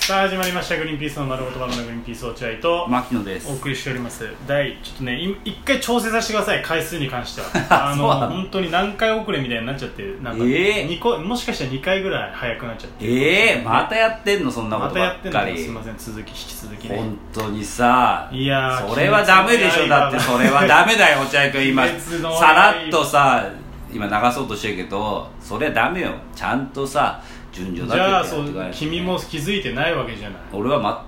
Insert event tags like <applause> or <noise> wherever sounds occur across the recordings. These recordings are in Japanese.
さあ始まりました「グリーンピースの丸ごとバナナグリーンピース落合」と牧野ですお送りしております第ちょっとねい一回調整させてください回数に関して <laughs> はあのそうなの本当に何回遅れみたいになっちゃってなんか、えー二個もしかしたら2回ぐらい早くなっちゃってええまたやってんのそんなこまとたやばっってんかのよりすいません続き引き続きね本当にさいやーそれはダメでしょ鬼滅の刃だってそれはダメだよ落合君今鬼滅の刃さらっとさ今流そうとしてるけどそれはダメよちゃんとさ順序じだけでゃやあってそいかなういとね君も気づいてないわけじゃない俺は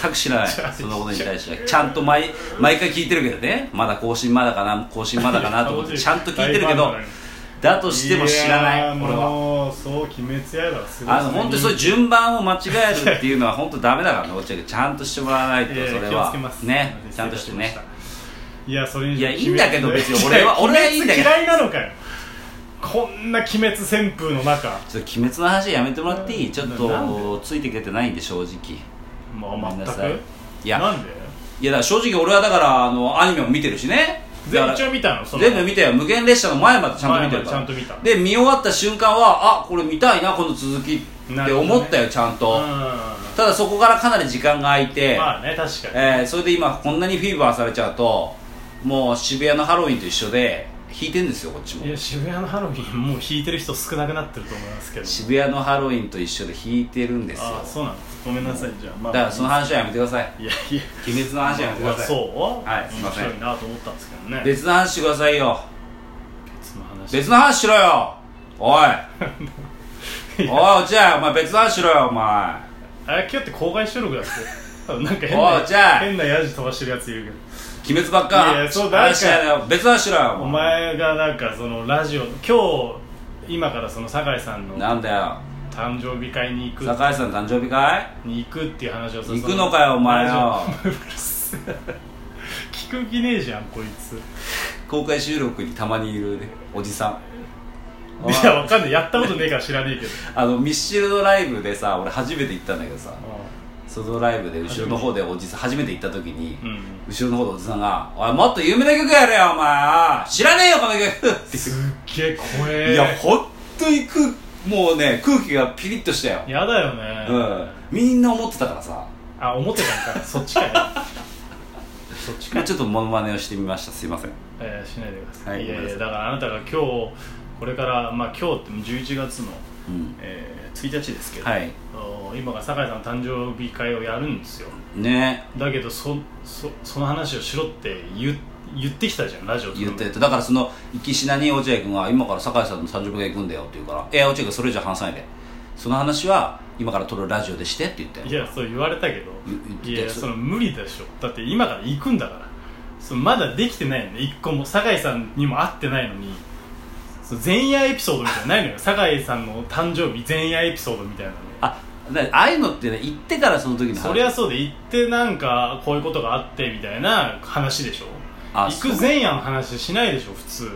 全く知 <laughs> らないじゃあそのことに対してはちゃんと毎毎回聞いてるけどねまだ更新まだかな更新まだかなと思 <laughs> ってちゃんと聞いてるけどだとしても知らないやー俺はもうそう鬼滅やだすごいあの本当にそういう順番を間違えるっていうのは本当ダメだからね落合君ちゃんとしてもらわないとそえー気れをつはけますね失ちゃんと礼してまねいやそれにいやいいんだけど鬼滅別 <laughs> に俺は俺はいいんだけど鬼滅嫌いなのかよこんな鬼滅旋風の中ちょっと鬼滅の話やめてもらっていいちょっなんとついてきてないんで正直もごめうん全なくさいいやなんでいやだから正直俺はだからあのアニメも見てるしねだ全部から一応見たのその全部見てよ無限列車の前までちゃんと見て前るからまでちゃんと見たで見終わった瞬間はあこれ見たいなこの続きなっるてほどね思ったよちゃんと、うただそこからかなり時間が空いて、んまあね確かにえーそれで今こんなにフィーバーされちゃうともう渋谷のハロウィンと一緒で引いてんですよこっちもいや渋谷のハロウィンもう弾いてる人少なくなってると思いますけど渋谷のハロウィンと一緒で引いてるんですよああそうなんですごめんなさいじゃあまあだからその話はやめてくださいいやいや鬼滅の話はやめてくださいそうはいすいません面白いなと思ったんですけどね別の話してくださいよ別の話別の話しろよお <laughs> いおい落合お前別の話しろよお前あれ今日って公開収録だ <laughs> っけなんか変おなうじゃあ変なヤジ飛ばしてるやついるけど鬼滅ばっかいやいやそう話しないよ別の話しろよお前がなんかそのラジオ今日今からその酒井さんのなんだよ誕生日会に行く酒井さんの誕生日会に行くっていう話をさ行くのかよお前よラジオうるせえ <laughs> 聞く気ねえじゃんこいつ公開収録にたまにいるねおじさんおいいやわかんないやったことねえから知らねえけどあのミッシルのライブでさ俺初めて行ったんだけどさそのライブで後ろの方でおじさん初めて行った時に、うん後ろの方でおじさんが「おいもっと有名な曲やれよお前あー知らねえよこの曲」ってす言っげえ怖うえいや本当に空もうね空気がピリッとしたよ、やだよねうん、みんな思ってたからさあ思ってたんかそっちかよそっちかちょっとモノマネをしてみましたすいませんえー、しないでください、、はいいやいごめんなやさいだからあなたが今日これから、まあ、今日ってもう11月の、うんえー1日ですけど、はいお今が酒井さんの誕生日会をやるんですよねだけどそそその話をしろって言言ってきたじゃんラジオで言っててだからそのきしなに落合君が「今から酒井さんの誕生日会行くんだよ」って言うから「いや落合君それじゃ話さないでその話は今から撮るラジオでして」って言っていやそう言われたけど言言っていやそうその無理でしょだって今から行くんだからそのまだできてないのね一個も酒井さんにも会ってないのにその前夜エピソードみたいなのないのよ酒井さんの誕生日前夜エピソードみたいなのねあだああいうのってね行ってからその時の話そりゃそうで行ってなんかこういうことがあってみたいな話でしょあ行く前夜の話しないでしょ普通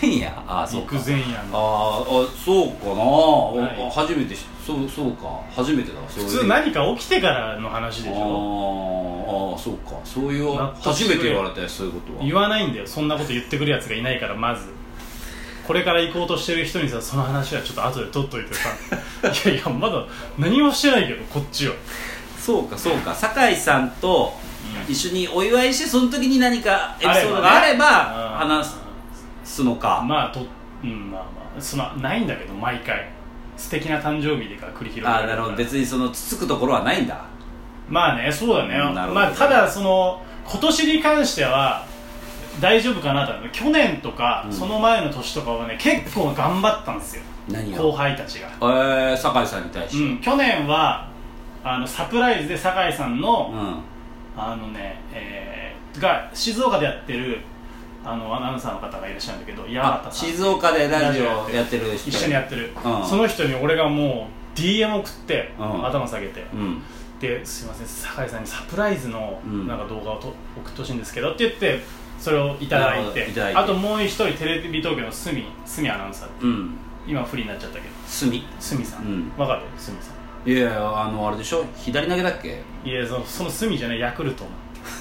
前夜ああそ行うくか前夜のあーあそうかな、はいあ初めてしそうそうか初めてだ普通何か起きてからの話ででししょょあーあーそうかそういう納得して初めて言われたよそういうことは言わないんだよそんなこと言ってくるやつがいないからまずこれから行こうとしてる人にさその話はちょっと後で取っといて <laughs> さいやいやまだ何もしてないけどこっちはそうかそうか酒井さんと一緒にお祝いしてその時に何かエピソードがあればあればね話すのか、まあとうんまあまあそのないんだけど毎回素敵な誕生日でから繰り広げらあれーるなるほどから別にそのつつくところはないんだまあねそうだね、うんなるほどまあ、ただその今年に関しては大丈夫かなと去年とか、うんその前の年とかはね結構頑張ったんですよ何後を輩たちが、えー、酒井さんに対して、うん、去年はあのサプライズで酒井さんの、うんあのね、えーが静岡でやってるあのアナウンサーの方がいらっしゃるんだけど矢あ畑さん静岡でラジオやってる人一緒にやってる、うんその人に俺がもう DM 送って、うん頭下げて、うんですいません酒井さんにサプライズのうんなんか動画をと、送ってほしいんですけどって言ってそれをいただいなるほてどいただいてあともう一人テレビ東京の鷲見鷲見アナウンサーうん今不利になっちゃったけど隅鷲見さん、うんわかる鷲見さんいやいやあのあれでしょ左投げだっけいやそのその鷲見じゃないヤクルトの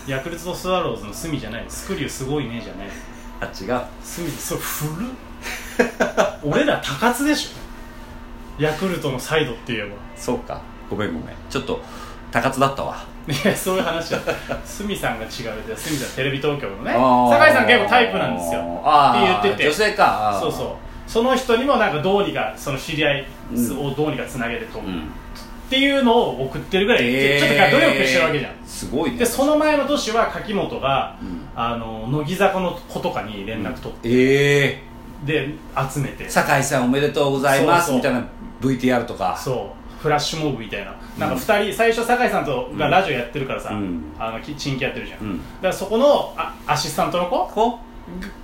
ヤクルトスワローズの鷲見じゃないスクリューすごいねじゃないあ違う鷲見さんそう古っ俺ら高津でしょヤクルトのサイドって言えばそうかごめんごめんちょっと高津だったわいやそういう話だ鷲見さんが違うで鷲見さんテレビ東京のねあー酒井さん結構タイプなんですよって言あっあてて女性かあーそうそうその人にもなんかどうにかその知り合いをどうにかつなげると、うっんていうのを送ってるぐらい、ちょっとだから努力してるわけじゃんえーすごいねでその前の年は柿本が、うんあの乃木坂の子とかに連絡取っええて、集めて酒井さんおめでとうございまそすうそうみたいな VTR とかそうフラッシュモブみたいななんか二人、最初酒井さんとがラジオやってるからさ、うんあのきチンキやってるじゃん、うんだからそこのあアシスタントの子こ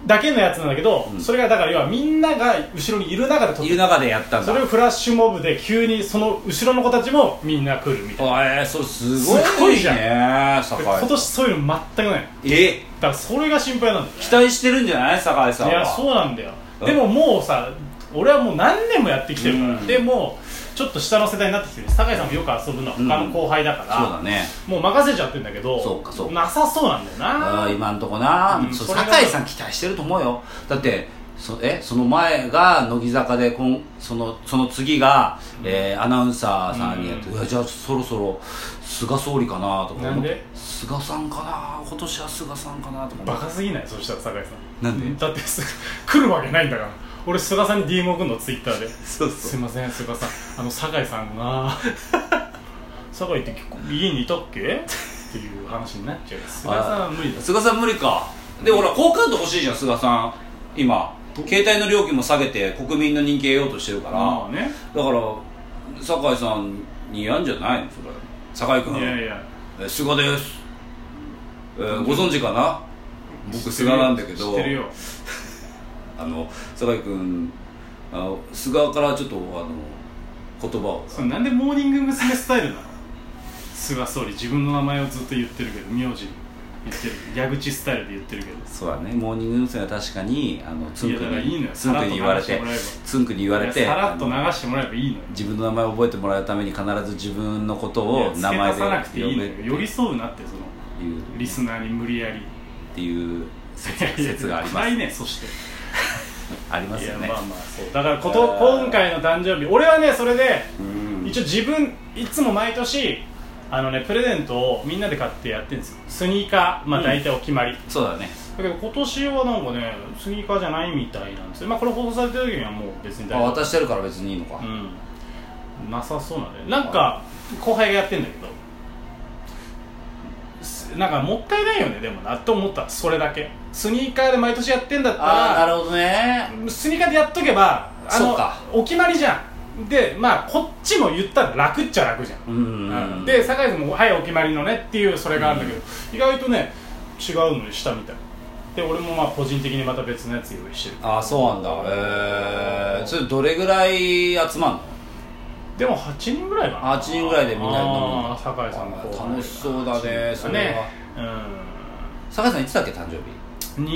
だけのやつなんだけど、うんそれがだから要はみんなが後ろにいる中で撮うっいてる中でやったんだそれをフラッシュモブで急にその後ろの子たちもみんな来るみたいなあえーそれすごいねすごいじゃん酒井今年そういうの全くないだかえーらそれが心配なんだよ期待してるんじゃない酒井さんいはやそうなんだようんでももうさ俺はもう何年もやってきてるから、うんでもうちょっと下の世代になってきてる酒井さんもよく遊ぶのは他の後輩だから、そうだねもう任せちゃってるんだけどそうかそうかなさそうなんだよなあー今んとこな、うんそうそれが酒井さん期待してると思うよだってそえその前が乃木坂でこんそのその次が、えーアナウンサーさんにやって、うわじゃあそろそろ菅総理かなとか思ってなんで菅さんかな今年は菅さんかなとか思バってカすぎないそしたら酒井さんなんでだってす来るわけないんだから俺菅さんに DM 送るのツイッターでそうすいません菅さんあの酒井さんが酒井って結構家にいたっけっていう話になっちゃう菅さんは無理だ菅さん無理かでほら好感度欲しいじゃん菅さん今携帯の料金も下げて国民の人気得ようとしてるから、まあねだから酒井さんにやんじゃないのそれ酒井君いやいやえー菅です、えーご存知かな知っ僕てる菅よなんだけど知ってるよあの酒井君あの菅からちょっとあの言葉をそれなんでモーニング娘。スタイルなの菅総理自分の名前をずっと言ってるけど名字言ってる矢口スタイルで言ってるけどそうだねモーニング娘。は確かにあのつんくいやだからいいのによつんくに言われさらっとて流してもらえばつんくに言われいてやさらっと流あのしてもらえばいいのよ自分の名前を覚えてもらうために必ず自分のこといをや名前で付け足さなくていいの呼べよ寄り添うなってそのっていうリスナーに無理やりっていう説 <laughs> 説がありまいやすいや暗いねそしてありますいやよねまあまあそうだからこといやー今回の誕生日俺はねそれでうん一応自分いつも毎年あのねプレゼントをみんなで買ってやってるんですよスニーカーまあうん大体お決まり、そうだねだけど今年はなんかねスニーカーじゃないみたいなんですよまあこれ放送されてる時にはもう別にあ大丈渡してるから別にいいのか、夫うんなさそうなんでなんか後輩がやってんだけどすなんかもったいないよねでもなと思ったそれだけスニーカーで毎年やってんだったあらあなるほどねスニーカーでやっとけばあのそうかお決まりじゃんでまあこっちも言ったら楽っちゃ楽じゃんうんで酒井さんも「はいお決まりのね」っていうそれがあるんだけど、意外とね違うのにしたみたいで俺もまあ個人的にまた別のやつ用意してるああそうなんだえー、それどれぐらい集まんのでも8人ぐらいかな8人ぐらいでみんなで飲むのあー酒井さんの後輩楽しそうだねそれねは酒井さんいつだっけ誕生日うん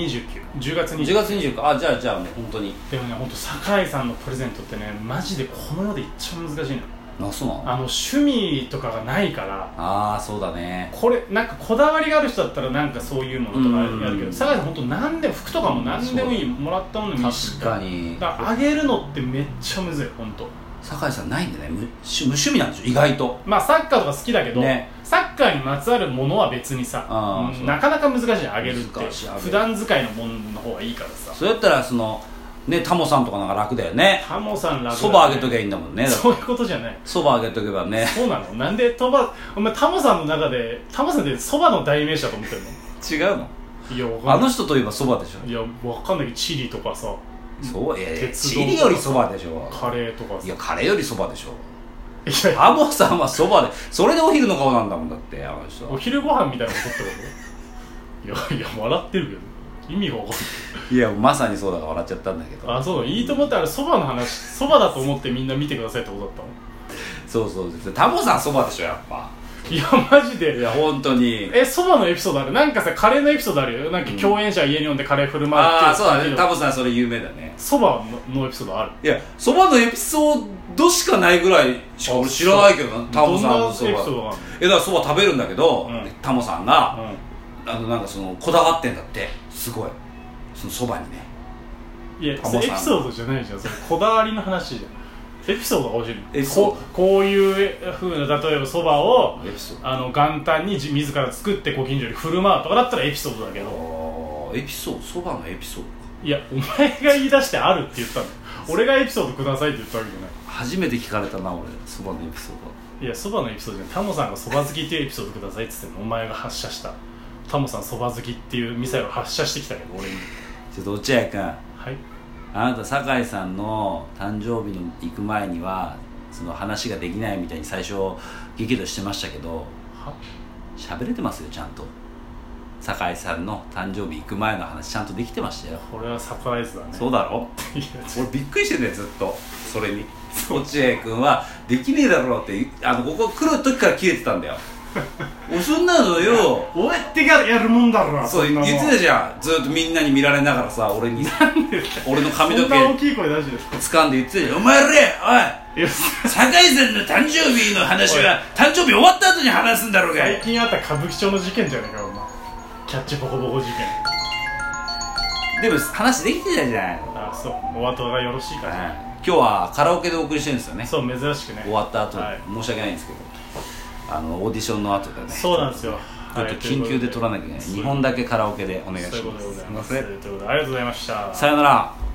2910月10 29月29日あじゃあじゃあもう本当にでもね本当酒井さんのプレゼントってねマジでこの世で一番難しいのあそうなのあの趣味とかがないからああそうだねこれなんかこだわりがある人だったらなんかそういうものとかやるけうどん酒井さん本当何でも服とかも何でもいいもらったものに確かにだからあげるのってめっちゃむずい本当。酒井さんないんだね無趣無趣味なんでしょ意外とまあサッカーとか好きだけど、ねサッカーにまつわるものは別にさあーうんそうなかなか難しいあげるって難しいあげる普段使いのものの方がいいからさそうやったらそのねタモさんとかなんか楽だよねタモさん楽だねそばあげときゃいいんだもんねだからそういうことじゃないそばあげとけばねそうなのなんでとばお前タモさんの中でタモさんってそばの代名詞だと思ってる違うののいやわかあんなのい人といえばそばでしょいやわかんないけどチリとかさそうえー、鉄道チリよりそばでしょカレーとかさいやカレーよりそばでしょいやいやタモさんはそばでそれでお昼の顔なんだもんだってあの人お昼ご飯みたいなことってこといやいや笑ってるけど意味がわかんないいやまさにそうだから笑っちゃったんだけどあそうだいいと思ってあれそばの話そばだと思ってみんな見てくださいってことだったのそうそうタモさんそばでしょやっぱいやマジいでや本当にえそばのエピソードあるなんかさカレーのエピソードあるよなんか共演者家に呼んでカレー振る舞うっていああそうだね多タ分モさんそれ有名だねそばののエピソードあるいやそばのエピソードしかないぐらいしか俺知らないけどなタモさんのそどんなエピソードがばあえだからそば食べるんだけど、うんタモさんが、るの、あのなんかそのこだわってんだってすごいそのそばにねうん、いやエタモさんピソードじゃないじゃんそれこだわりの話じゃんエピソードが欲しいのエピソードここういうふうな例えばそばをエピソードあの元旦にじ自ら作ってご近所に振る舞うとかだったらエピソードだけどあーエピソードそばのエピソードかいやお前が言い出してあるって言ったの俺がエピソードくださいって言ったわけじゃない初めて聞かれたな俺そばのエピソードいやそばのエピソードじゃないタモさんがそば好きっていうエピソードくださいって言ってんのお前が発射したタモさんそば好きっていうミサイルを発射してきたけど俺にちょっと落合君はいあなた酒井さんの誕生日に行く前にはその話ができないみたいに最初激怒してましたけどは喋れてますよちゃんと酒井さんの誕生日行く前の話ちゃんとできてましたよこれはサプライズだねそうだろいやちょ俺びっくりしてんだよずっとそれに落合君はできねえだろうってあのここ来る時から切れてた <laughs> んだよおそんなのよお前ってがやるもんだろそうそん言なっもんてたじゃんずっとみんなに見られながらさ俺に俺の髪のそん毛な大きい声出してる掴んで言ってたじゃんお前らおいやい酒井さんの誕生日の話は誕生日終わった後に話すんだろうが最近あった歌舞伎町の事件じゃねえかお前キャッチボコボコ事件でも話できてたじゃないの、はいあそうお後がよろしいかな、今日はカラオケでお送りしてるんですよねそう珍しくね終わった後、はい申し訳ないんですけどあのオーディションの後でねそうなんですよちょっと緊急で撮らなきゃいけない、は2本だけカラオケでお願いしそういうこまとでごすざすいいまますせんということでありがとうございましたさよなら